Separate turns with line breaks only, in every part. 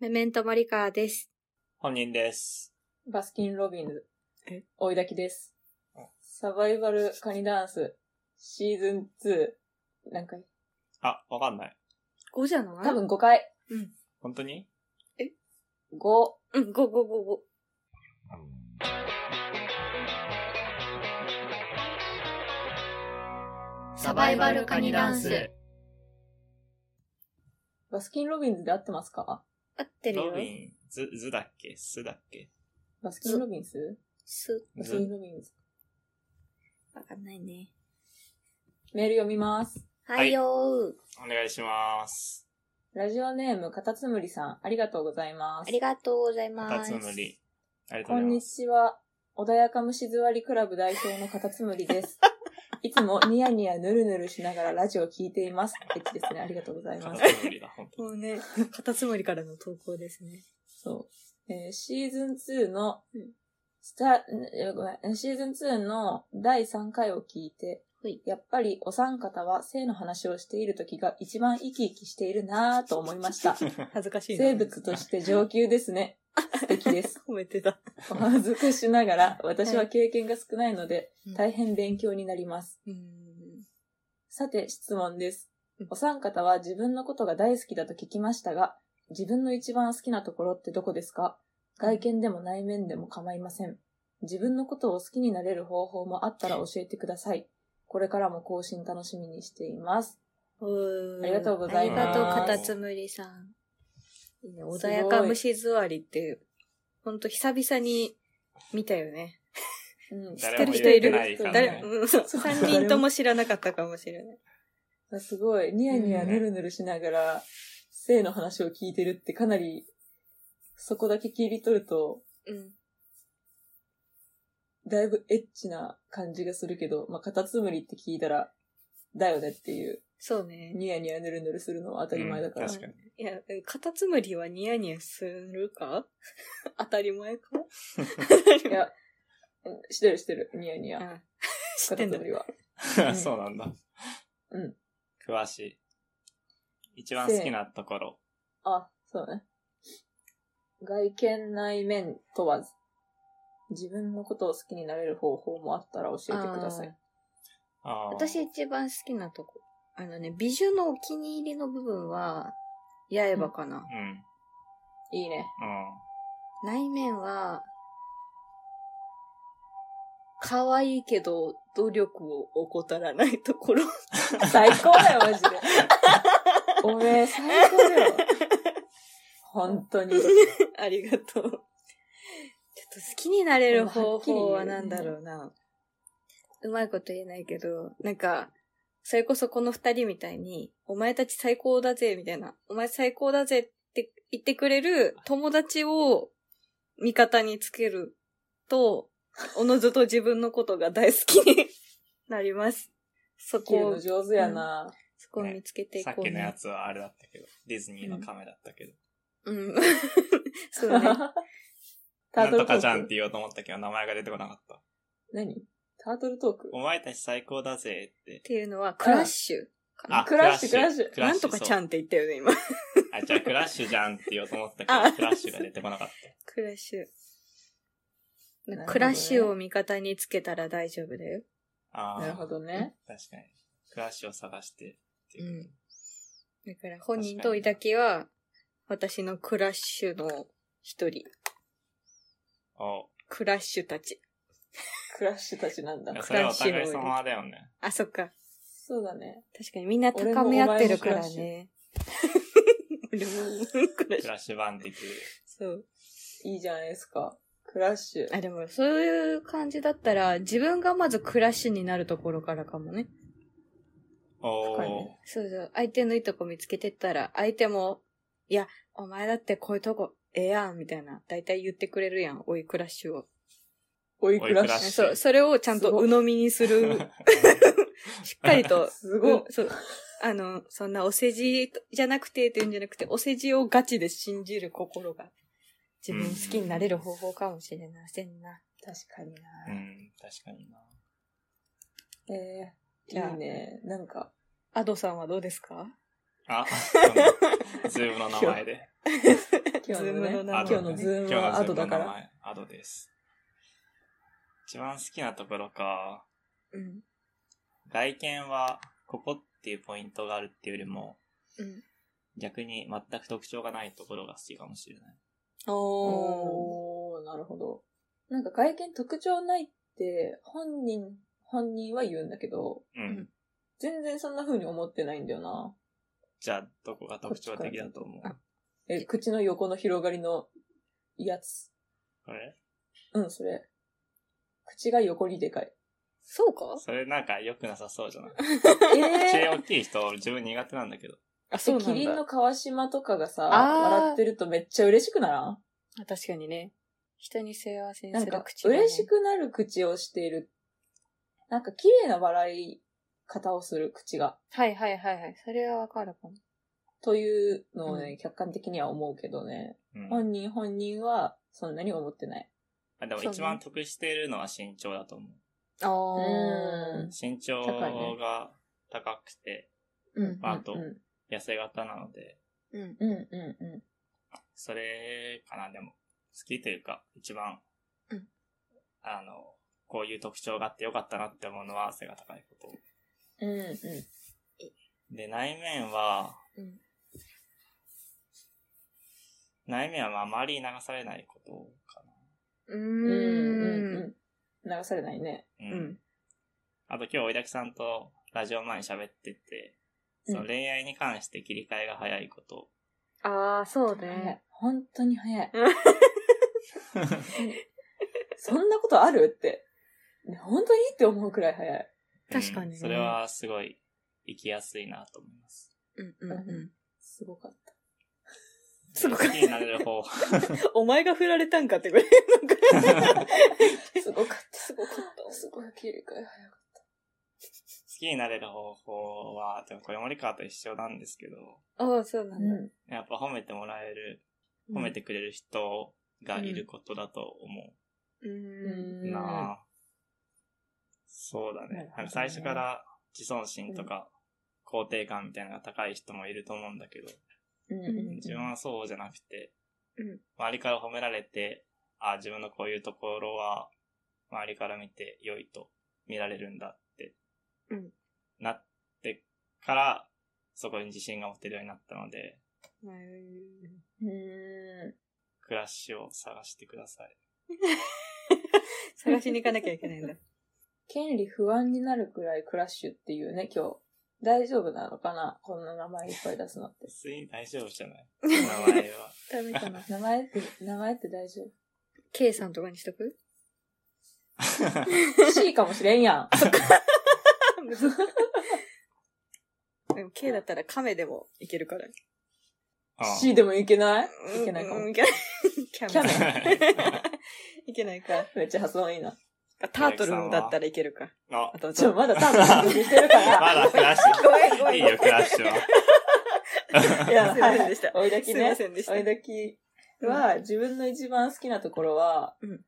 メメントモリカーです。
本人です。
バスキン・ロビンズ
え、
追いだきです
あ。
サバイバルカニダンス、シーズン2、何回
あ、わかんない。
5じゃない
多。分5回。
本当に
5。
うん、5、5、5、5。
サバイバルカニダンス。
バスキン・ロビンズで合ってますか
合ってるよ
ロ。ビン、ズ、ズだっけスだっけ
バスキン・ロビンズ
す、
バスキン・
ズ、
ロビンズ。
わかんないね。
メール読みます。
はいよー。
お願いします。
ラジオネーム、カタツムリさん、ありがとうございます。
ありがとうござい
カ
ま
タ
す。
ツムリ。ありがとうござ
こん
いま
に
す。
ちは。穏やか虫座りクラブ代表のカタツムリです。いつもニヤニヤヌルヌルしながらラジオを聞いています。エッチですね。ありがとうござい
カ
ます。
タツムリだ、本当
もうね、 カタツムリからの投稿です ね。
そう。えーシーズン2の、スタ、えーごめん、シーズン2の第3回を聞いて、
はい
やっぱりお三方は性の話をしている時が一番生き生きしているなぁと思いました。
恥ずかしいな
生物として上級ですね。素敵です。
褒めてた。
お恥ずかしながら、私は経験が少ないので
うん、
大変勉強になります。
うん。
さて、質問です
うん。
お三方は自分のことが大好きだと聞きましたが、自分の一番好きなところってどこですか外見でも内面でも構いません。自分のことを好きになれる方法もあったら教えてください。これからも更新楽しみにしています。
うん
ありがとうござい
ます
ありがとう、カタツムリさん。いいね、穏やか虫座りって、ほんと久々に見たよね。
うん。
知っ
誰
て
も
る人い
言
る
ってないか ら
誰
ね
うん、そう。
そう
3人とも知らなかったかもしれない。
すごい、ニヤニヤ
うん
ヌルヌルしながら、性の話を聞いてるってかなり、そこだけ切り取ると、
うん。
だいぶエッチな感じがするけど、まあ、カタツムリって聞いたら、だよねっていう、
そうね。
ニヤニヤヌルヌルするのは当たり前だから。
うん確かに。
いや、カタツムリはニヤニヤするか 当たり前か
いや、うんしてるしてる、ニヤニヤ。
あ知
カ
ってん だ
タツム。リ は。ん
そうなんだ。
うん。
詳しい。一番好きなところ。
あ、そうね。外見内面問わず、自分のことを好きになれる方法もあったら教えてください。
あー
私、一番好きなとこ。あのね、美女のお気に入りの部分は、八重歯かな。
うん。うん。
いいね。
内面は、可愛いけど、努力を怠らないところ。
最高だよ、マジで。おめえ、最高だ よ。本当に。
ありがとう。ちょっと好きになれる方法は何だろうな。うまいこと言えないけど、なんか、それこそこの二人みたいに、お前たち最高だぜ、みたいな、お前最高だぜって言ってくれる友達を味方につけると、おのずと自分のことが大好きに なります。そ
切る
こを
の、上手やな。
そこを見つけてい
さ
こ
っ
う、
きのやつはあれだったけど、ディズニーの亀だったけど。
うん。 そうね。
な
ター
ん
ト
と
ルトー
か
ク。
ちゃんって言おうと思ったけど、名前が出てこなかった。
何タートルトーク
お前たち最高だぜって
っ。ていうのは、クラッシュかな
あ、
クラッシュ
クラッ
なん
シュ
とかちゃ
ん。
んって言ったよね、今。
そうあ、じゃあクラッシュじゃんって言おうと思ったけ
あ
ど、クラッシュが出てこなかった。
クラッシュ。
なるほどね
クラッシュを味方につけたら大丈夫だよ。
ああ。
なるほどね。
確かに。クラッシュを探してって
う
い
ん
う。。
だから本人といたきは、私のクラッシュの一人。
お
クラッシュたち。
クラッシュたちなんだ
いや。そ
ク
れ
ラ
は
ッ
お
シュの
互い様だよね。
あ、そっか。
そうだね。
確かにみんな高め合ってるからね。俺もクラッシュ。
クラッシュ版的。
そう。
いいじゃないですか。クラッシュ。
あ、でもそういう感じだったら、自分がまずクラッシュになるところからかもね。
お
深い
ー
ね。
そうそう。相手のいいとこ見つけてったら、相手も、いや、お前だってこういうとこ、ええやん、みたいな。だいたい言ってくれるやん、おいクラッシュを。
おいクラッ
おいクラッ
シ
シ
ュ。
そう、それをちゃんと
すご
鵜
い
呑みにする。しっかりと。
すご
うんそう。あの、そんなお世辞じゃなくてっていうんじゃなくて、お世辞をガチで信じる心が、自分を好きになれる方法かもしれませんな。
確かに
う
な。
ん、確かにな。
え
じゃあ
ー、いいね。なんか、
アドさんはどうですか
あ、ズームの名前で。
今日今日の
ズームの
ね、
名前
今日のズームはアドだから。
ら。アドです。一番好きなところか。
うん。
外見は、ここっていうポイントがあるっていうよりも、
うん。
逆に全く特徴がないところが好きかもしれない。
おー。
おー、なるほど。なんか外見特徴ないって、本人、本人は言うんだけど、
うん。
うん
全然そんな風に思ってないんだよな。
じゃあ、どこが特徴的だと思う
こっちからえ、口の横の広がりのやつ。
これ
うん、それ。口が横にでかい。
そうか
それなんか良くなさそうじゃない口
えー、
大きい人、自分苦手なんだけど。
あ、
えキリンの川島とかがさ、
あー
笑ってるとめっちゃ嬉しくならん
あ確かにね。人に幸せに
なん
する
か、
口がね、
嬉しくなる口をしている。なんか、綺麗な笑い方をする口が。
はいはいはいはい。それはわかるかも。
というのをね、
うん
客観的には思うけどね。
うん。
本人本人は、そんなに思ってない。
あでも一番得しているのは身長だと思う。
あー。
身長
高いね
が高くて、
うん
まああと
うん、
痩せ型なので、
うん。
うん、うん、う
それかな、でも、好きというか、一番、
うん
あの、こういう特徴があってよかったなって思うのは背が高いこと。
ん。うん、う。
で、内面は、
うん
内面はまああまり流されないことか
うん
うん、
ん。うん。
うん。流されないね。
な。
うん。
あと今日、おいだきさんとラジオ前に喋ってて、その
うん
恋愛に関して切り替えが早いこと。
あー、そう
早
ね。
い。本当に早い。
うん
そんなことあるって。ね本当にって思うくらい早い。
確かにね
それはすごい、生きやすいなと思います。
うんうんうん。
すごかった。
すごかった
好きになれる方法。
お前が振られたんかってぐらい。
すごかった。すごかった。すごい切り替え早かっ
好きになれる方法は、でもこれ森川と一緒なんですけど、
ああ、そうな
た。
んだ。
ん。
やっぱ褒めてもらえる、褒めてくれる人がいることだと思
う。
うん
うな、
ん。
そうだ
なるほど
ね
ね。
なんか最初から自尊心とか肯定感みたいなのが高い人もいると思うんだけど、
うんうんうん
自分はそうじゃなくて、
うん
周りから褒められて、あ、自分のこういうところは、周りから見て良いと見られるんだって、
うん
なってから、そこに自信が持てるようになったので、
うん。
暮らしを探してください。
探しに行かなきゃいけないんだ。
権利不安になるくらいクラッシュっていうね、今日。大丈夫なのかなこんな名前いっぱい出すのって。
別に大丈夫じゃない名前 は。
ダメかな。
名前って、名前って大丈
K さんとかにしとく
夫 ?C かもしれ んやん。
でも K だったら亀でもいけるから。
うん
C でもいけないいけないか
う
も
ん。いけない。キ
キャ
ャ
メ
メ。
あ
いけないか。
めっちゃ発音いいな。
タートルだったらいけるか。あと、
ちょ、
と
まだ多分してるか
まだ
ら。
クラッシ
ごめんごめ
ュ。
ん
いい よ、クラッシュは。
いや、
すいま
は
せん
い
でした。
追いだ
す
き
い
ね
ま。せんでした
追い。だきは、自分の一番好きなところは、
うん
う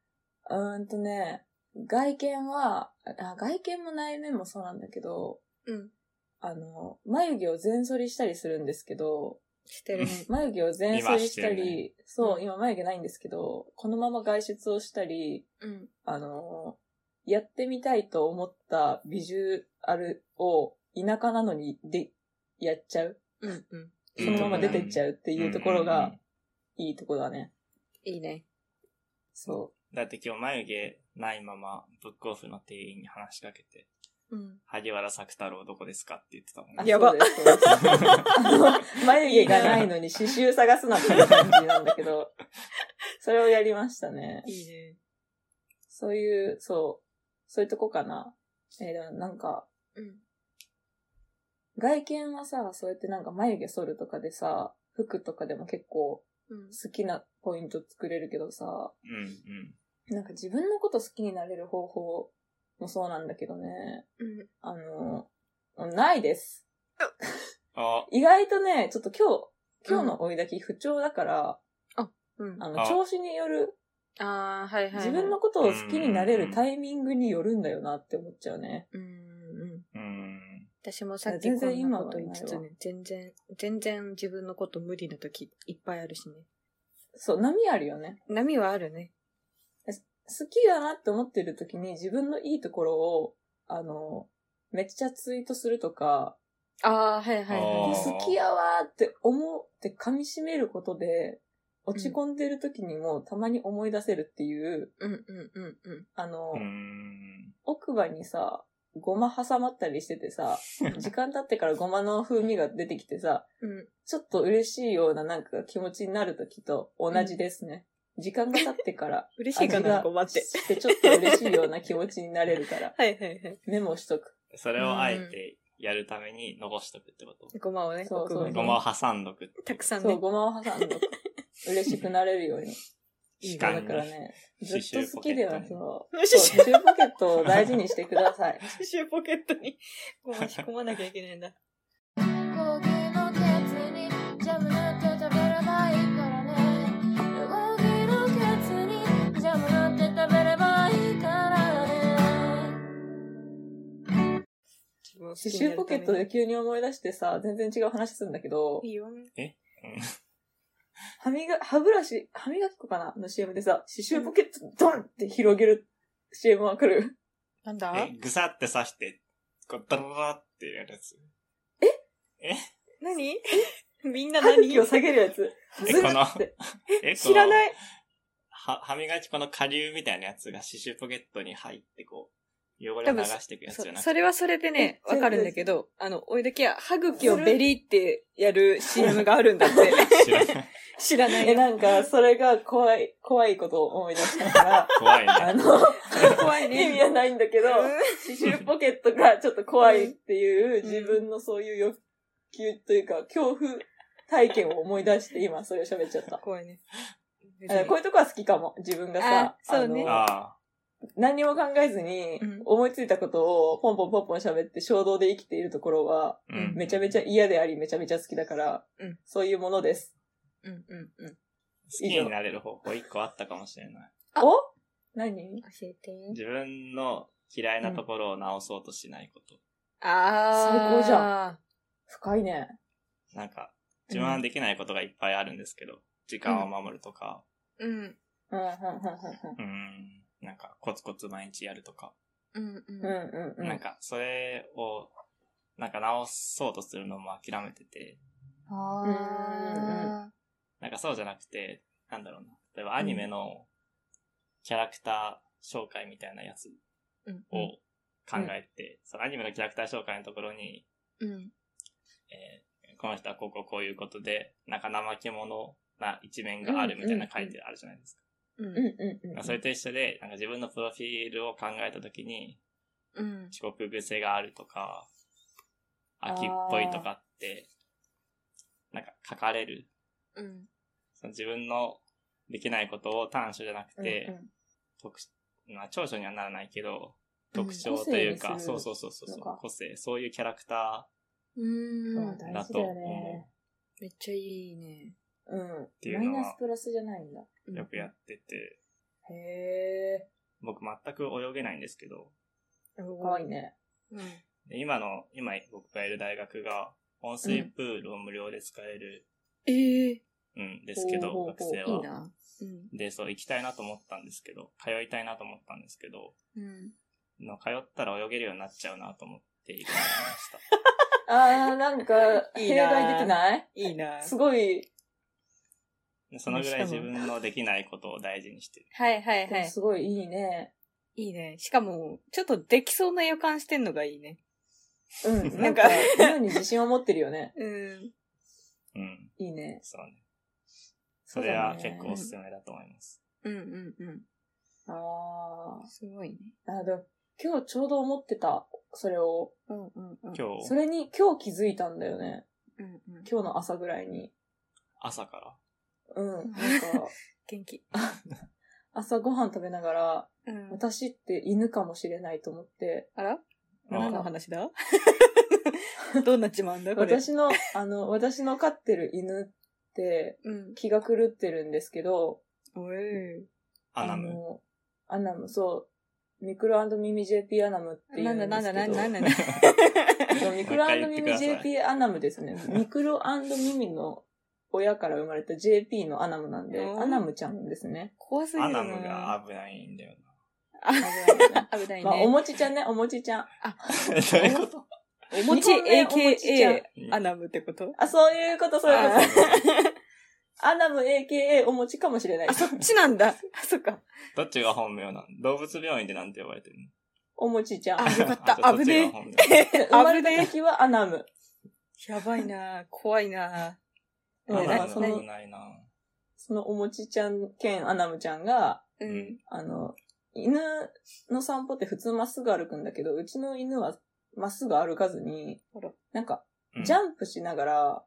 ーんとね、外見は、あ外見も内面もそうなんだけど、
うん。
あの、眉毛を全剃りしたりするんですけど、
してるね。
眉毛を全剃りした
今してる
り、そう、今眉毛ないんですけど、このまま外出をしたり、
うん。
あの、やってみたいと思ったビジュアルを田舎なのにで、やっちゃう。
うん。うん。
そのまま出てっちゃうって
て
いうところが、いいとこだね。
いいね。
そ
だって今日眉毛ないまま、ブックオフの店員に話しかけて、
うん。
萩原作太郎どこですかって言ってたもん
う。
ね。
あやば
そうですそうですあの眉毛がないのに刺繍探すなっていう感じなんだけど、それをやりましたね。
いいね。
そういう、そう、そういうとこかな。えーでもなんか、
うん。
外見はさ、そうやってなんか眉毛剃るとかでさ、服とかでも結構
うん。
好きなポイント作れるけどさ、
うんうん。
なんか自分のこと好きになれる方法もそうなんだけどね、
うん。
あの、ないです。
あ、
意外とね、ちょっと今日、今日の追いだき不調だから、
うん。
あ
あ
の、調子による、
ああ、はいはいはい。
自分のことを好きになれるタイミングによるんだよなって思っちゃうね。
うんうん。
うん。
私もさっき
全
こ
然
んなこと言い
今はない
つつね、全然、全然自分のこと無理な時いっぱいあるしね。
そう、波あるよね。
波はあるね。
好きだなって思ってる時に自分のいいところを、あの、めっちゃツイートするとか、
ああ、はいはい
あ
は
ー
好きやわーって思って噛み締めることで、落ち込んでる時にもたまに思い出せるっていう、
い。うんうんうんうん。
あの、
うーん。
奥歯にさ、ごま挟まったりして てさ、時間経ってからごまの風味が出てきてさ、
うん。
ちょっと嬉しいようななんか気持ちになる時と同じですね。時間が経って から。
嬉しいかなごまって
してちょっと嬉しいような気持ちになれる から、
はいはいはい。
メモしとく。
それをあえてやるために残しとくってこと。
ごまをね、
そうそう
奥歯に
ごまを挟んどくって。
たくさん
そう、
ね。
ごまを挟ん どく。嬉しくなれるように。
時
だ
間
から
に。
ね、ず
刺
っ
繍
と好
ポ
き
ケ
で
ット
は
に
そう、そう、 刺繍ポケットを大事にしてください。
刺繍ポケットにごま仕込まなきゃいけないんだ。
講義のケツにジャムなんて食べればいいからね講義のケツにジャムなんて食べればいいからね
刺繍ポケットで急に思い出してさ、全然違う話するんだけど
い、いよね。
歯磨、歯ブラシ、歯磨き粉かなの CM でさ、刺繍ポケットドンって広げる CM わかる
なんだ
え、ぐさって刺して、こう、ドロドロってやるやつ。
何みんな
歯茎
何
を下げるやつ。
え
ズルって。
え、。
知らないい。
は、歯磨き粉の下流みたいなやつが刺繍ポケットに入ってこう、汚れを流していくやつ
そ
じゃなく
それはそれでね、
え
わかるんだけど、あの、おいだけは歯茎をベリってやる CM があるんだ って。
て、知ら ない。
知らない
え、
よ。
なんか、それが怖い、 怖いことを思い出した から、
怖い
あ
ね。
の、
怖いね。
意味はないんだけ ど、刺繍ポケットがちょっと怖いっていう、自分のそういう欲求というか、恐怖体験を思い出して、今それを喋っちゃった。
怖いね。
あこういうとこは好きかも。自分がさ
あ、そうね
あの
あ
何も考えずに
うん、
思いついたことをポンポンポンポン喋って衝動で生きているところは、
あ、うん。
めちゃめちゃ嫌であり、めちゃめちゃ好きだから、
うん
そういうものです。
うんうんうん。
好きになれる方法一個あったかもしれない。
お何
教えて。
自分の嫌いなところを直そうとしないこと。
あー。
最高じゃ深いね。
なんか、自分はできないことがいっぱいあるんですけど、時間を守るとか、
うん。
うん、うん、うん、
うん、なんかコツコツ毎日やるとか、
うん
うん、う
うん
うん、うん。
なんかそれを、なんか直そうとするのも諦めてて、
ん。あ
なんかそうじゃなくて、なんだろうな。例えばアニメのキャラクター紹介みたいなやつ
ー。うん。
を考えて、そのアニメのキャラクター紹介のところに、
うん。
えーこの人はこうこうこういうことで、なんか怠け者な一面があるみたいな書いてあるじゃないですか。
う
うん、
ん。
うん、うん。
それと一緒で、なんか自分のプロフィールを考えたときに、
うん。
遅刻癖があるとか、秋っぽいとかって、なんか書かれる。
うん。
その自分のできないことを短所じゃなくて、
うんうん
特まあ、長所にはならないけ
う
ど、
ん
特徴という
個性
か、
にす
そ
る
うそうそうそう
のか、
個性、そういうキャラクタ
う
うん
ん。
大事だよね。
めっちゃいいね。
うん。
ていう
マイ
のは
ナスプラスじゃないんだ。
ーよくやってて、
へえ。
僕全く泳げないんですけど、
ー。かわいいね。
うん。
で今の、今僕がいる大学が、温水プールを無料で使える、
ええ。
うん、ですけど、
ほうほう
学
ほう
生
いい
は。
な。うん。
で、そう、行きたいなと思ったんですけど、通いたいなと思ったんですけど、
うん。
の通ったら泳げるようになっちゃうなと思って行かなくなりました。
あー、なんか、
いいな
弊害出てない
いいな
すごい、
でそのぐらい自分のできないことを大事にしてる。
はいはい
で
は
も
い。
すごいいいね。
いいね。しかも、ちょっとできそうな予感してんのがいいね。
うん。
な
な
んん
か
か、
妙に自信を持ってるよね。
うん。
うん。
いいね。
そうね。
そ
そうれ
だ
は
ね
結構おすすめだと思います。
うんうんうん。
あ
すごいね。
ー。あ、でも、今日ちょうど思ってた、それを。
うんうんうん。
今日、
それに、今日気づいたんだよね。
うんうん。
今日の朝ぐらいに。
朝から。
うん。なんか、
元気。
朝ごはん食べながら、
うん。
私って犬かもしれないと思って、
あら
あ
何の話だ どんな自慢だこれ。
私の、あの、私の飼ってる犬って
うん。
気が狂ってるんですけど、
おえ
アナ
あ
ム。
のアナム、そう。ミクロミミ JP アナムってい
な
うん
ん
で
だ
すけど。
なんだなんだなんだ。
そうミクロミミ JP アナムですね。ミクロミミの親から生まれた JP のアナムなんで、
うん
アナムちゃんですね。
怖すぎ
ア
るな。
ナムが危ないんだよ
危ない
ま
危ないね。
あ、おもちちゃんね、おもちちゃん。
な。どういうこと
お
もち
おもちちゃん
AKA ア
ナ
ナムってこと
あ、そういうこと、そういう
あ
こと。アナム AKA おもちかもしれない
あ、。そっちなんだ。 あ、そっか。
どっちが本名なん動物病院でなんて呼ばれてるの
おもちちゃん
あ、。よかっ
あじゃ
た。
あどっ
危
ちが
ね
本名
え。
生まれ
危
た
ね
時はアナム。
え。やばいな怖いな
ア
うんだか
ナ
らそ
ム
の
危、ないな。
そのおもちちゃん兼アナムちゃんが、
う
うんん。
あの、犬の散歩って普通まっすぐ歩くんだけど、うちの犬はまっすぐ歩かずに
あら、
なんか、
うん
ジャンプしながら、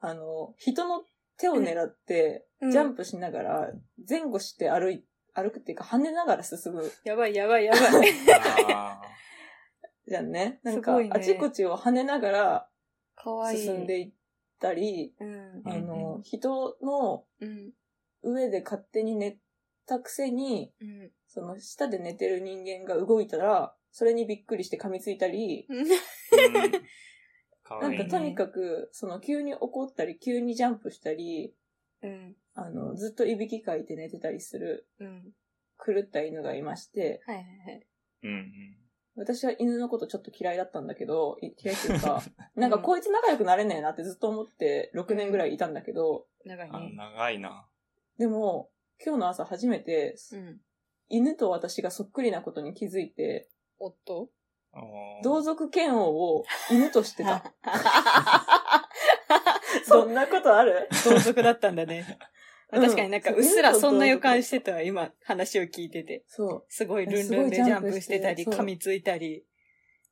あの、人の手を狙って、ジャン
プ。
プしながら、前後して歩い、歩くっていうか、跳ねながら進 む
やばいやばいや ばい。
あ
じゃんね。なん
す
か、
ごいね
あちこちを跳ねながら
かわいい。
進んでいったり、
うん。
うん
あの、人の
うん。
上で勝手に寝たくせに、
うん。
その下で寝てる人間が動いたら、それにびっくりして噛みついたり、
ーうんか
な
わ
ん
いい
か
ね。
とにかく、その急に怒ったり、急にジャンプしたり、
うん。
あの、ずっといびきかいて寝てたりする
うん。
狂った犬がいまして、
はいはいはい。
うんうん。
私は犬のことちょっと嫌いだったんだけど、い嫌いってい うか、なんかこいつ仲良くなれねえなってずっと思って6年ぐらいいたんだけど、
長い
あ
ね。
長いな。
でも、今日の朝初めて、
うん。
犬と私がそっくりなことに気づいて、
おっ と
おー
同族嫌悪を犬とし てた。そ
そ
んなことある
同族だったんだ ね。
うん
確かになんかうっすらそんな予感してたわ、今話を聞いてて。
そ
すごいルンルンでジャンプしてたり、
すごいジャンプして
噛みついたり。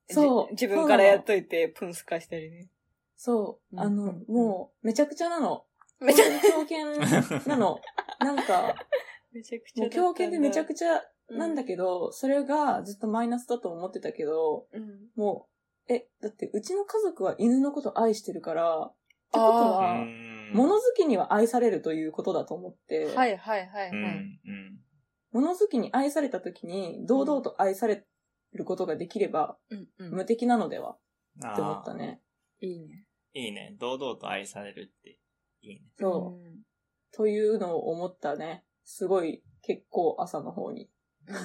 じ
そう
自分からやっといて、プンスカしたりね。
う。そう。あ
うん
の、
うん
もう、めちゃくちゃなの。
めちゃ
本当に狂犬 なの。なんか、
めちゃくち
も
ゃだ
う
ったんだ。
狂犬でめちゃく
ち
ちゃなんだけど、それがずっとマイナスだと思ってたけど、
ゃ。うん。
もう、え、だってうちの家族は犬のこと愛してるから、ってこと
う
は、
ん
物好きには愛されるということだと思って、
はいはいはいうはい。
んうん。
物好きに愛された時に堂々と愛されることができれば、
うんうん。
無敵なのではって思
あ
った
あ、
ね。
いいね。
いいね。堂々と愛されるって、いいね。
そう。というのを思ったね。すごい、結構朝の方に。
うん。う
うん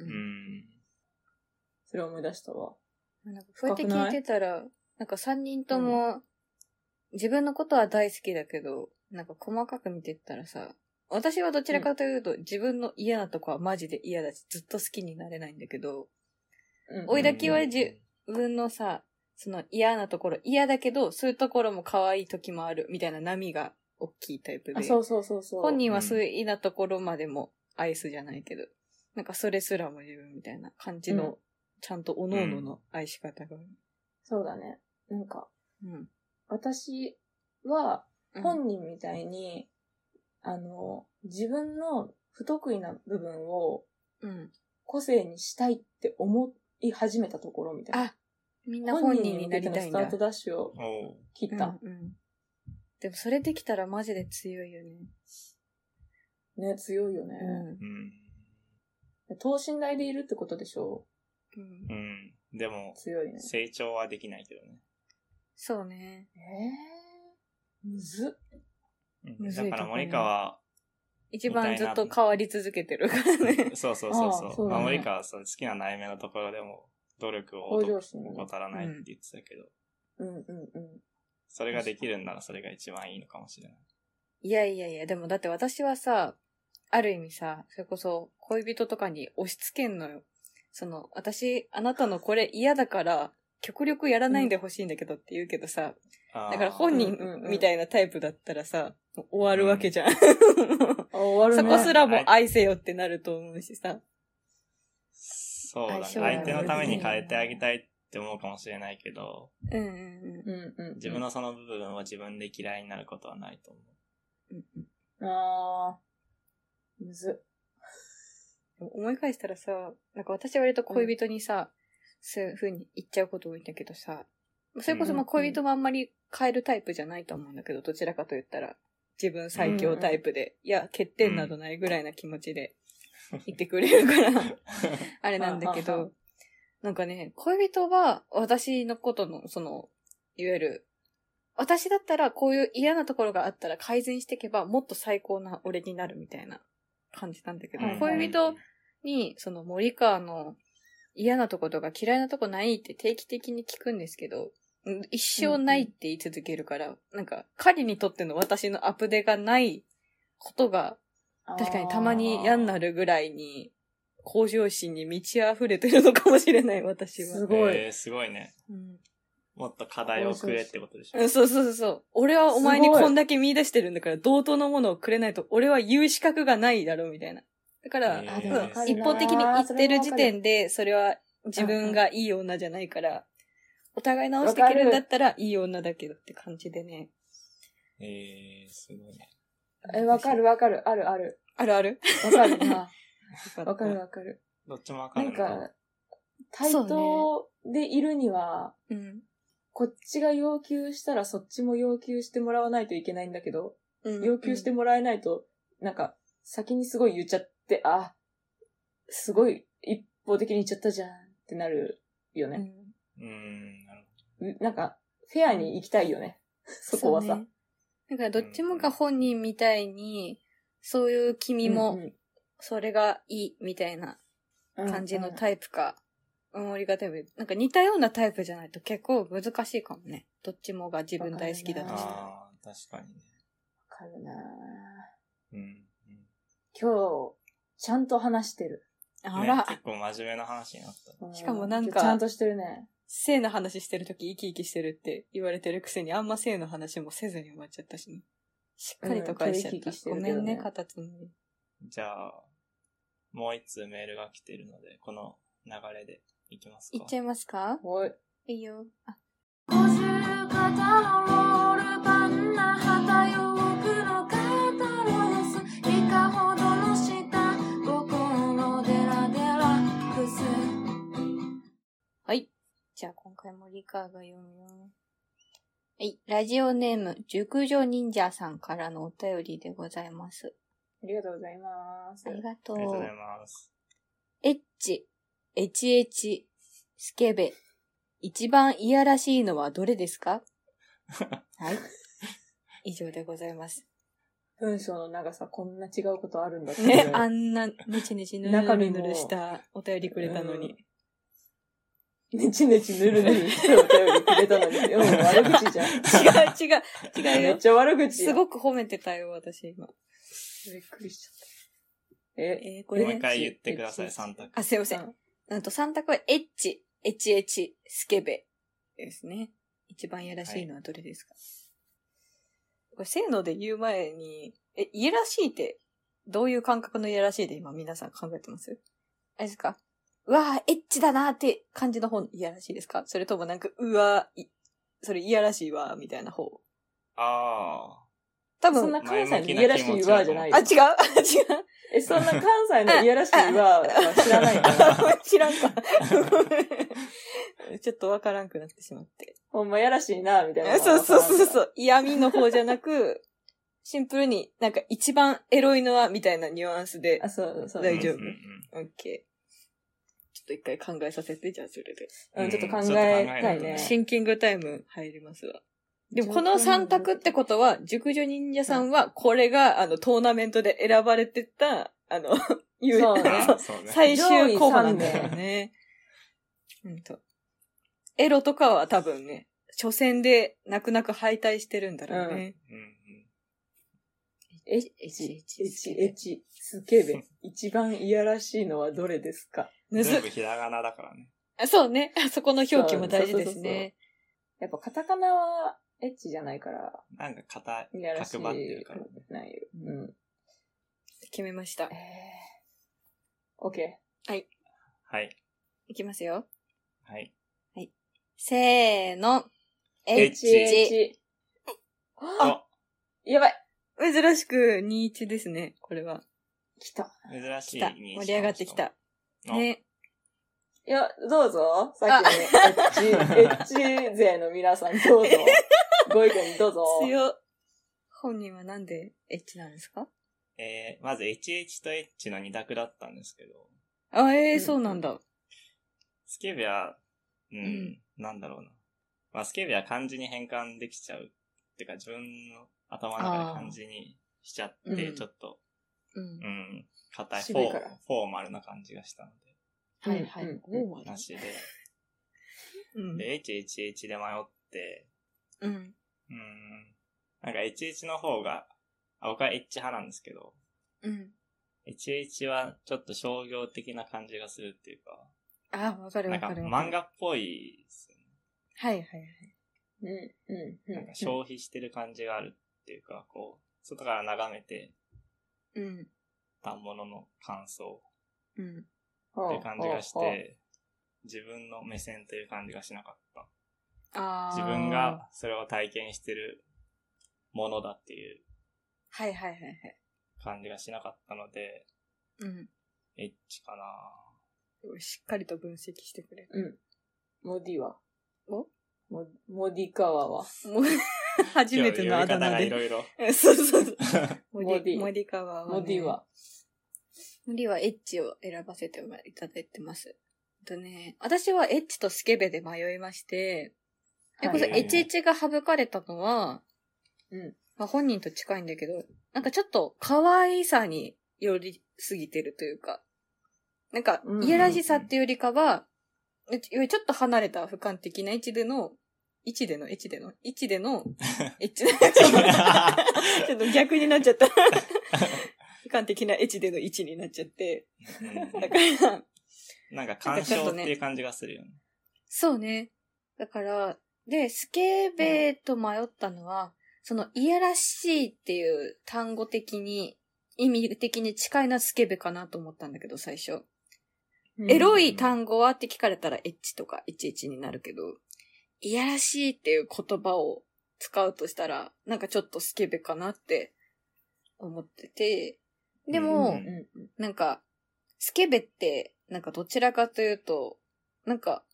うんうん。
ん。
それを思い出したわ。
なんか、そうやって聞いてたら、なんか3人とも、自分のことは大好きだけど、なんか細かく見てったらさ、私はどちらかというと、自分の嫌なとこはマジで嫌だし、ずっと好きになれないんだけど、
うん
追いだきはじ自分のさ、その嫌なところ、嫌だけど、そういうところも可愛い時もある、みたいな波が大きいタイプ
あ
で。
そうそうそうそう。
本人はそういう嫌なところまでも愛すじゃないけど、なんかそれすらも自分みたいな感じの、
うん
ちゃんと各々の愛し方がある。
そうだね。なんか、
うん。
私は
うん
本人みたいに、あの、自分の不得意な部分を
うん。
個性にしたいって思い始めたところみたいな。
あ、みんな本人になりたいん
ス
だ。
タートダッシュを
おう
切った。
うんうん。でもそれできたらマジで強いよね。
ね、強いよね、
うん
うん。
等身大でいるってことでしょ
うん
う。ん。でも
う、強いね。
成長はできないけどね。
そうね。
えー、むずっ。
うん
むずい
だ
とこね
から森川、
一番ずっと変わり続けてるからね。
そうそうそう
ああ
そ。
そううだ
まあ
ね
森川はそう好きな内面のところでも努力を
向上
怠
心がね
怠らないって言ってたけど、
うんうんうん。
それができるんならそれが一番いいのかもしれない。
いやいやいや、でもだって私はさ、ある意味さ、それこそ恋人とかに押し付けんのよ。その、私、あなたのこれ嫌だから、極力やらないでほしいんだけどって言うけどさ、だ
だ
から本人
うんうんうん
みたいなタイプだったらさ、もう終わるわけじゃん。
あ、終わ
そ
るね。
こすらも愛せよってなると思うしさ。
そうだね。
相性が
相手のために変えてあげたいって思うかもしれないけど、
うんうん
うんうん。
自分のその部分は自分で嫌いになることはないと思う。
うん。
あー、むずっ。
思い返したらさ、なんか私は割と恋人にさ、そういう風に言っちゃうこと多いんだけどさ、それこそまあ
うんうん
恋人もあんまり変えるタイプじゃないと思うんだけど、どちらかと言ったら、自分最強タイプで、いや、欠点などないぐらいな気持ちで言ってくれる から、あれなんだけ
はあは
ど、なんかね、恋人は私のことの、その、いわゆる、私だったらこういう嫌なところがあったら改善していけばもっと最高な俺になるみたいな感じなんだけど、
うん
恋人にその森川の嫌なとことか嫌いなとこないって定期的に聞くんですけど、うん一生ないって言い続けるから、なんか彼にとっての私のアップデがないことが確かにたまに嫌になるぐらいに向上心に満ち溢れてるのかもしれない私は。
すごい
えー、すごいね。
うん
もっと課題をくれってことでしょ
う。ん、そうそうそうそう。俺はお前にこんだけ見出してるんだから、同等のものをくれないと、俺は言う資格がないだろ、うみたいな。だから、
え
あ
ー
でもわかる
一
な
方的に言ってる時点で、それは自分がいい女じゃないから、お互い直してくれるんだったら、いい女だけどって感じでね。
えー、すごいね。
え、わかる。わかる。あるある。
あるある
わかるな。わ
わ
かる。わかる。
どっちもわか
な
るの
ん
か。
か、対等でいるには、
うん。
こっちが要求したらそっちも要求してもらわないといけないんだけど、
うん
要求してもらえないと、なんか、先にすごい言っちゃって、あ、すごい一方的に言っちゃったじゃんってなるよ
う
ね。
ん
うーん、なる
うなんか、フェアに行きたいよね。そこは
そう
さ
ね。だからどっちもが本人みたいに、そういう君
うん
も、
うん
それがいいみたいな
うん
感じの
うん
タイプか、森がタイプ。なんか似たようなタイプじゃないと結構難しいかもね。どっちもが自分大好きだ
ほ
と
ど。
したら。
ああ、確かにね。
わかるな
う
ぁ
ん。うん
今日、ちゃんと話してる。
あ
ね
ら、
結構真面目な話になった。
う
しかもなんか
ちゃんとしてるね。
性の話してるとき生き生きしてるって言われてるくせにあんま性の話もせずに終わっちゃったしね。しっかりと返しちゃっ
うん取り聞きして
た。
る
ご
けど
め
ね
んね、カタツムリ。
じゃあ、もう一通メールが来ているので、この流れでいきますか。
いっちゃいますか
おい。
いいよ。あ、
五十肩のロールパンナ旗よ黒カタロスいかほどの下心デラデラくす
はい。じゃあ今回もリカが読むよ。はい。ラジオネーム、熟女忍者さんからのお便りでございます。
ありがとうございます。
ありがと
あ
う。
りがとうございます。
エッチ、エチエチ、スケベ。一番いやらしいのはどれです かはい。以上でござい ます。
文章の長さ、こんな違うことあるんだっていう。
ね、あんな、ねちねちぬるぬるしたお便りくれたのに。
ねちねちぬるぬるしてお便りくれたのに、うん、悪口じゃん。
違う違う、 違う
めっ
よ。
ちゃ悪口
す
やん
ごく褒めてたよ、私今。
びっくりしちゃった。え、
えー、こ
も
れ
う
ね
一回言ってくださ
エ
い、
ッチ
三択。
あ、すいません。なんと3択はエッチ、エチエチ、スケベですね。一番いやらしいのはどれですか、これ、せーので言う前に、え、いやらしいって、どういう感覚のいやらしいで今皆さん考えてますあれですかうわー、エッチだなーって感じの方のいやらしいですかそれともなんか、うわー、いそれいやらしいわー、みたいな方。
あ
多
そ
分、
んな
あ、
関西のいやらしいわじゃない
違う 違
よ。
う
え、そんな関西のいやらしいわは知らないから。
知らんか。 ちょっとわからんくなってしまって。
ほんまやらしいな、みたいな。。
そうそうそうそうう。嫌味の方じゃなく、シンプルになんか一番エロいのはみたいなニュアンスで
あ、。そうそう。
あ。
大丈夫
うんうんうん
オッケー。ちょっと一回考えさせて、じゃあそれで。
うん、ちょっと考えたいね。
シンキングタイム入りますわ。でもこの3択ってことは、熟女忍者さんはこれが、あの、トーナメントで選ばれてた、あの、ゆ
そうね
あそうね。
最終候補なんだよ
上位三
ね。うんと。エロとかは多分ね、初戦で泣く泣く敗退してるんだろうね。
うん
うんうん
エッチ、エッチ、エッチ、スケベ。一番いやらしいのはどれですか
むず
全部ひらがなだからね。
あそうね。あそこの表記も大事ですね。
やっぱカタカナはエッチじゃないから、
なんか硬い
いやらしい
角張ってるからね。
ないよ。うん。
決めました
え。ー。オッケ
はい。
いきますよ。
はい。
せーの。
ー。
エッチ
H。
あ
やばい
珍しく21ですね、これは。
来た。
珍し
来
い
た。
に
盛り上がってきた。。ね。
いや、どうぞ。さっきのねエッチ、エッチ勢の皆さん、どうぞ。ご意見どうぞ。
強。本人はなんでエッチなんですか
えー、まず HH と H の二択だったんですけど、
あ、ええ
うん
そうなんだ。
スケベは、うん、
ん
なんだろうな。まあ、スケベは漢字に変換できちゃうっていうか自分の頭の中で感じにしちゃって、
あー
ちょっと、
うん
う。ん、硬いフ
渋い
ォー
から
フォーマルな感じがしたの
はいはい。
うん
フォーマル
で、なしで、
うん。
で、HHH で迷って、
うん。
うーん、なんか HH の方が、あ僕は H 派なんですけど、
うん。
HH はちょっと商業的な感じがするっていうか、
ああ、わかる
な
わ
んか
かる。
漫。画っぽいですよね。
はいはいはい。
うん、うん、
なん
う
か消費してる感じがあるっていうか、こう、外から眺めて
うん。
たものの感想
うん。
ん。
って
は
いう
あ
感じがし。
は
て、自分の目線という感じがしなかった。
ああ。
自分が。それを体験してるものだっていう
はいはいはいはい。
感じがしなかったので、
うん。
エッチかな
しっかりと分析してくれる。
あうん。モディは
お
モモディカワは
もう 初めてのあだ名
今日呼び方がいろ
で。
いろ。
そうそうそう。
モディ
モディカワは、ね。
モディは。
無理はエッチを選ばせていただいてます。えっとね、私はエッチとスケベで迷いまして、それこそ
はい
エチエチが省かれたのは、
うん。
まあ本人と近いんだけど、なんかちょっと可愛さに寄りすぎてるというか、なんか
うんうんうん
いやらしさっていうよりかは、えちょちょっと離れた俯瞰的な位置での、位置での、位置での、位置で の、 エッチな、ちょっと逆になっちゃ った。俯瞰的なエッチでの位置になっちゃって。だから、
なんか鑑賞っていう感じがするよね。
そうね。だから、で、スケベと迷ったのは、その、いやらしいっていう単語的に、意味的に近いなスケベかなと思ったんだけど、最初。エロい単語はって聞かれたら、エッチとか、エチエチになるけど、いやらしいっていう言葉を使うとしたら、なんかちょっとスケベかなって思ってて、でも、
うん
うん。
なんか、スケベって、なんかどちらかというと、なんか、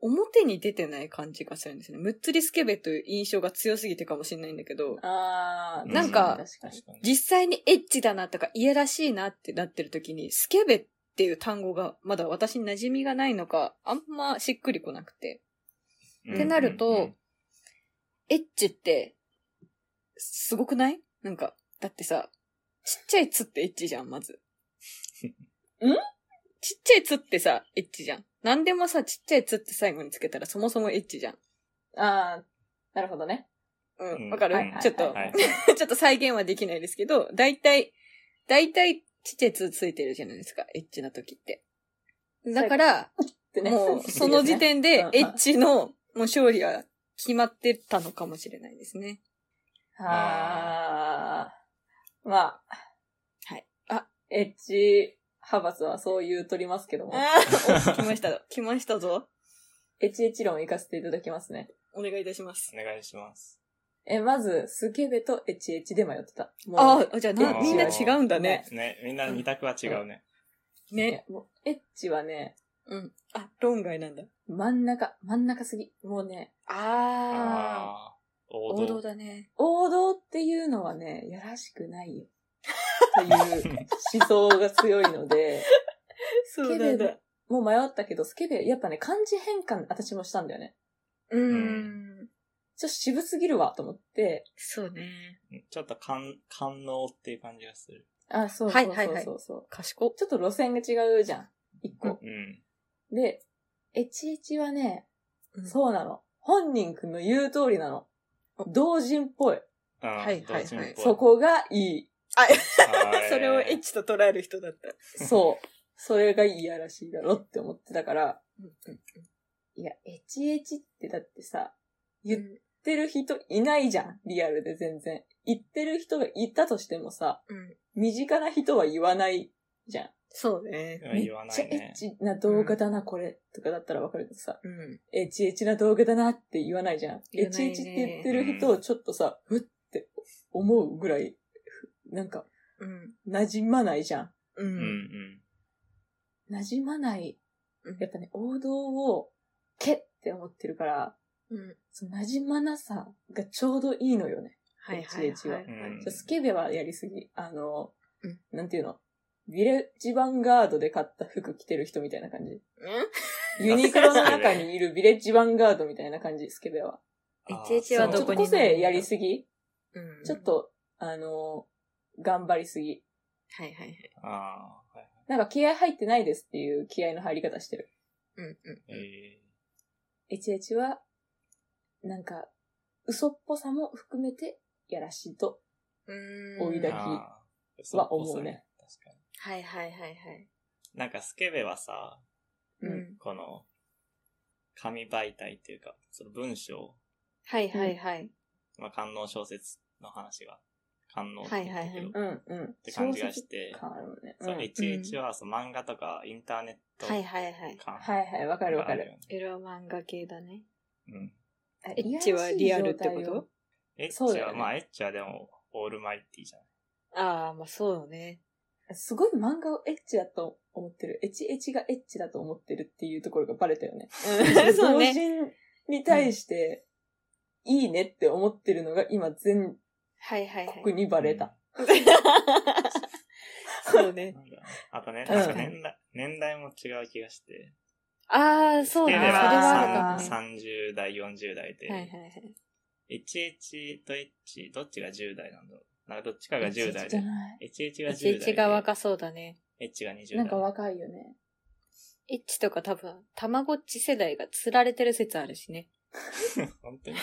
表に出てない感じがするんですよね。むっつりスケベという印象が強すぎてかもしれないんだけど、
あー、
なんか
確かに。
確かに
実際にエッチだなとか、いやらしいなってなってる時に、スケベっていう単語がまだ私に馴染みがないのか、あんましっくりこなくて。
うん
ってなると
うんうん
エッチって、すごくないなんか、だってさ、ちっちゃい「つ」ってエッチじゃん、ま ず。
ん
ちっちゃい「つ」ってさ、エッチじゃん。なんでもさ、ちっちゃい「つ」って最後につけたらそもそもエッチじゃん。
あー、なるほどね。
う
うん
ん、わかる、
はいはいはい
ちょっと、
はい
ちょっと再現はできないですけど、だいたい、だいたいちっちゃい「つ」ついてるじゃないですか、エッチな時って。だから、
ってね
も う、その時点で、エッ。チの、もう勝利は決まってたのかもしれないですね。
あー。まあ。
はい。
あ、エッチ派閥はそう言うとりますけども。
ああ、来ま した。来ましたぞ。
エッチエッチ論を行かせていただきますね。
お願いいたします。
お願いします。
え、まず、スケベとエッチエッチで迷ってた。もう
ああ、じゃあな
あー
みんな違うんだね。
ね、みんな二択は違うね。
いや
ね。
もうエッチはね、
うん。あ、論外なんだ。
真ん中、真ん中すぎ。もうね、
ああ、
ああ、王道
王道だね。
王道っていうのはね、やらしくないよ。という思想が強いので、
そ
スケベも。もう迷ったけど、スケベ、やっぱね、漢字変換私もしたんだよね。
う。
うん
ちょっと渋すぎるわ、と思って。
そうね。
ちょっと感、感能っていう感じがする。
あ、そう
は
そ
いうはい
そう
はい
そうそう、
賢っ。
ちょっと路線が違うじゃん。一個。
うん。
で、エチエチはね、
うん
そうなの。本人くんの言う通りなの。同人っぽい。
うん
はいはいはい
同人っぽ
そこがい
あー
それをエッチと捉える人だった。
い。そう。それがいやらしいだろって思ってたから。いや、エチエチってだってさ、言ってる人いないじゃん。リアルで全然。言ってる人がいたとしてもさ、
うん。
身近な人は言わないじゃん。
そうね。
うん
めっ
言わな
ちゃ
い
エッ
ね。
チな動画だな、これ。とかだったらわかるけどさ、
うん。
エッチエッチな動画だなって言わないじゃん。エ
言
ッ
わ
チ
ない
エ
ね
ッチって言ってる人をちょっとさ、ふって思うぐらい、ふなんか、
うん。
馴染まないじゃ
う。
うんうんん。
ん。馴染まない。
うん
やっぱね、王道を、けって思ってるから、
うん。
その馴染まなさがちょうどいいのよね。
はいはい
エッチエッチは
は
う
い。
ん
ちょスケベはやりすぎ。あの、
うん
なんていうのビレッジヴァンガードで買った服着てる人みたいな感じ。
うん
ユニクロの中にいるビレッジヴァンガードみたいな感じ、スケベは。
あー
HH は
ちょ
どこ
っと
に
個性やりすぎ
うん
ちょっ。と、あのー頑張りすぎ。
はいはいはい。
ああ、はい。
なんか気合入ってないですっていう気合の入り方してる。
うんうん。
え
HH は、なんか、嘘っぽさも含めて、やらしいと。
うーん
追い
え
だき
あー
は思うね。
嘘っぽさ確か
はいはいはいはい。
に。なんかスケベはさ、
うん
この、紙媒体っていうか、その文章、
はいはいはい。
まあ、観音小説の話が、観音
はいはいはい
うんうん。
て感じがして
小説感あるもんね。う
そう、
ん
HH はそう漫画とかインターネット
はいはいはい。
感
はいはい、わかるわかる。。
エロ漫画系だね。
うん。
あ
エッチはリアルってこ
いやらしい
と
状態を
エッチ
そうだ
は、
よね
まあエッチはでも、オールマイティじゃない。
ああ、まあそうよ ね。
すごい漫画をエッチだと思ってる。HH がエッチだと思ってるっていうところがバレたよね。
そう
同
ね。
人に対して、いいねって思ってるのが今全
はいはいはい。
国にバレた。
そうね。
なんだあとね、
うん
なんか年代、年代も違う気がして。
ああ、そう
スケ
ね。
ベ
それはあるか
は
もね。
さん30代、40代で、
はいはいはい。
HH と H、どっちが10代なんだろう。なんかどっちかが
HH
10代
じゃ
で。
ない。
HH が10代で。
H が若そうだね。
H が20代。
なんか若いよね。
H とか多分、たまごっち世代が釣られてる説あるしね。
本 当に。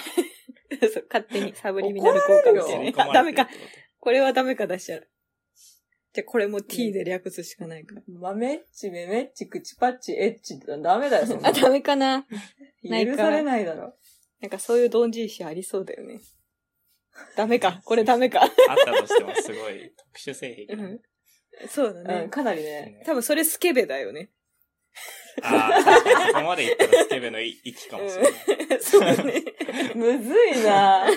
そう勝手にサブリミナル効果みたい
吸い込
なね。
ま
ダ
れ
メ
てるっ
か
て。こ
これはダメか出しちゃう。じゃあこれも T で略すしかないから。
マメッチ、メメッチ、クチパッチ、エッチってダメだよ、そんな
あ、
の
ダメかな ないか
許されないだろ。
なんかそういう同人誌ありそうだよね。ダメか。これダメか。
と。あったとしてもすごい特殊性
う
癖だね
ん。そうだ
う
ね
ん、。かなりね。
多分それスケベだよ ね。
ああ、確かにそこまでいったらスケベの域かもしれない。
そうだね。
むずい な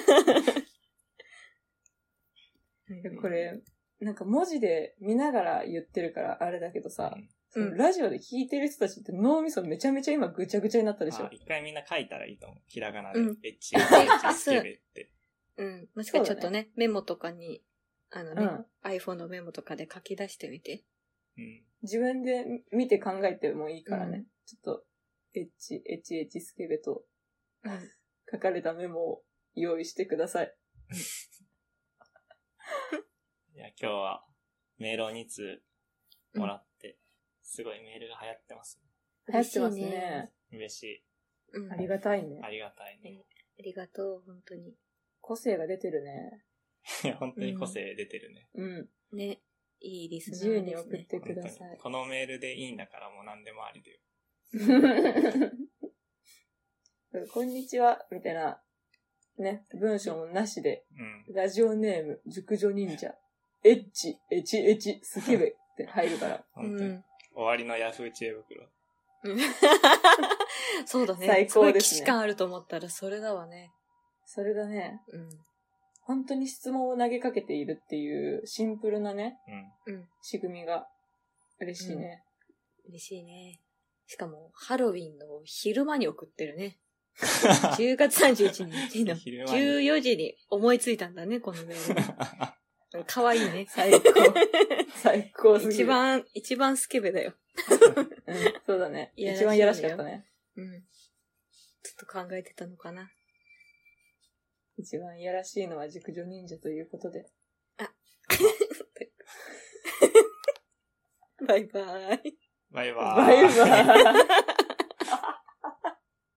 なんか
これ、なんか文字で見ながら言ってるからあれだけどさ、
うん
うん
そのラジオで聞いてる人たちって脳みそめちゃめちゃ今ぐちゃぐちゃになったでし
あ
ょ
ー。一回みんな書いたらいいと思う。ひらがなで
うん。
H、H、スケベって。
うん。もしかちょっとね、メモとかに、あの
う
ね、
ん。
iPhone のメモとかで書き出してみて。
うん。
自分で見て考えてもいいからね。ちょっと、エッチ、エッチ、エッチスケベと書かれたメモを用意してください。
いや、今日はメールを2通もらって、すごいメールが流行ってます、
流行ってます
嬉しい
ね
ね。
嬉しい。
うん。
あ
あ
りがたい
あ
ね。
りがたいね。
りがとう、本当に。
個性が出てるね。
いや、本当に個性出てるね。
うん。
ね。いいリスナ
自由
ー
に
で
送
す
っ
ね。
てく
本当
だ
に
さい。
このメールでいいんだからもう何でもありだよ。
こんにちは、みたいな、ね、文章もなしで、
うん。
ラジオネーム、熟女忍者、エッチ、エチエチ、スケベって入 るから、
本当に。終わりのヤフー知恵袋。
うんそうだね。
最高ですね
ごい既視感あると思ったらそれだわね。
それがね、
うん。
本当に質問を投げかけているっていうシンプルなね、
うん。
仕組みが嬉しいね。
嬉しいね。しかも、ハロウィンの昼間に送ってるね。10月31日の
昼間に
14時に思いついたんだね、このメール。かわいいね。
最 高。最高すぎる。
一、番、一番スケベだよ。
うん、そうだね。
いや
一番やらしかったね。
うん。ちょっと考えてたのかな。
一番やらしいのは熟女忍者ということで。
バイバイ。
バイバーイ。
バイバイ。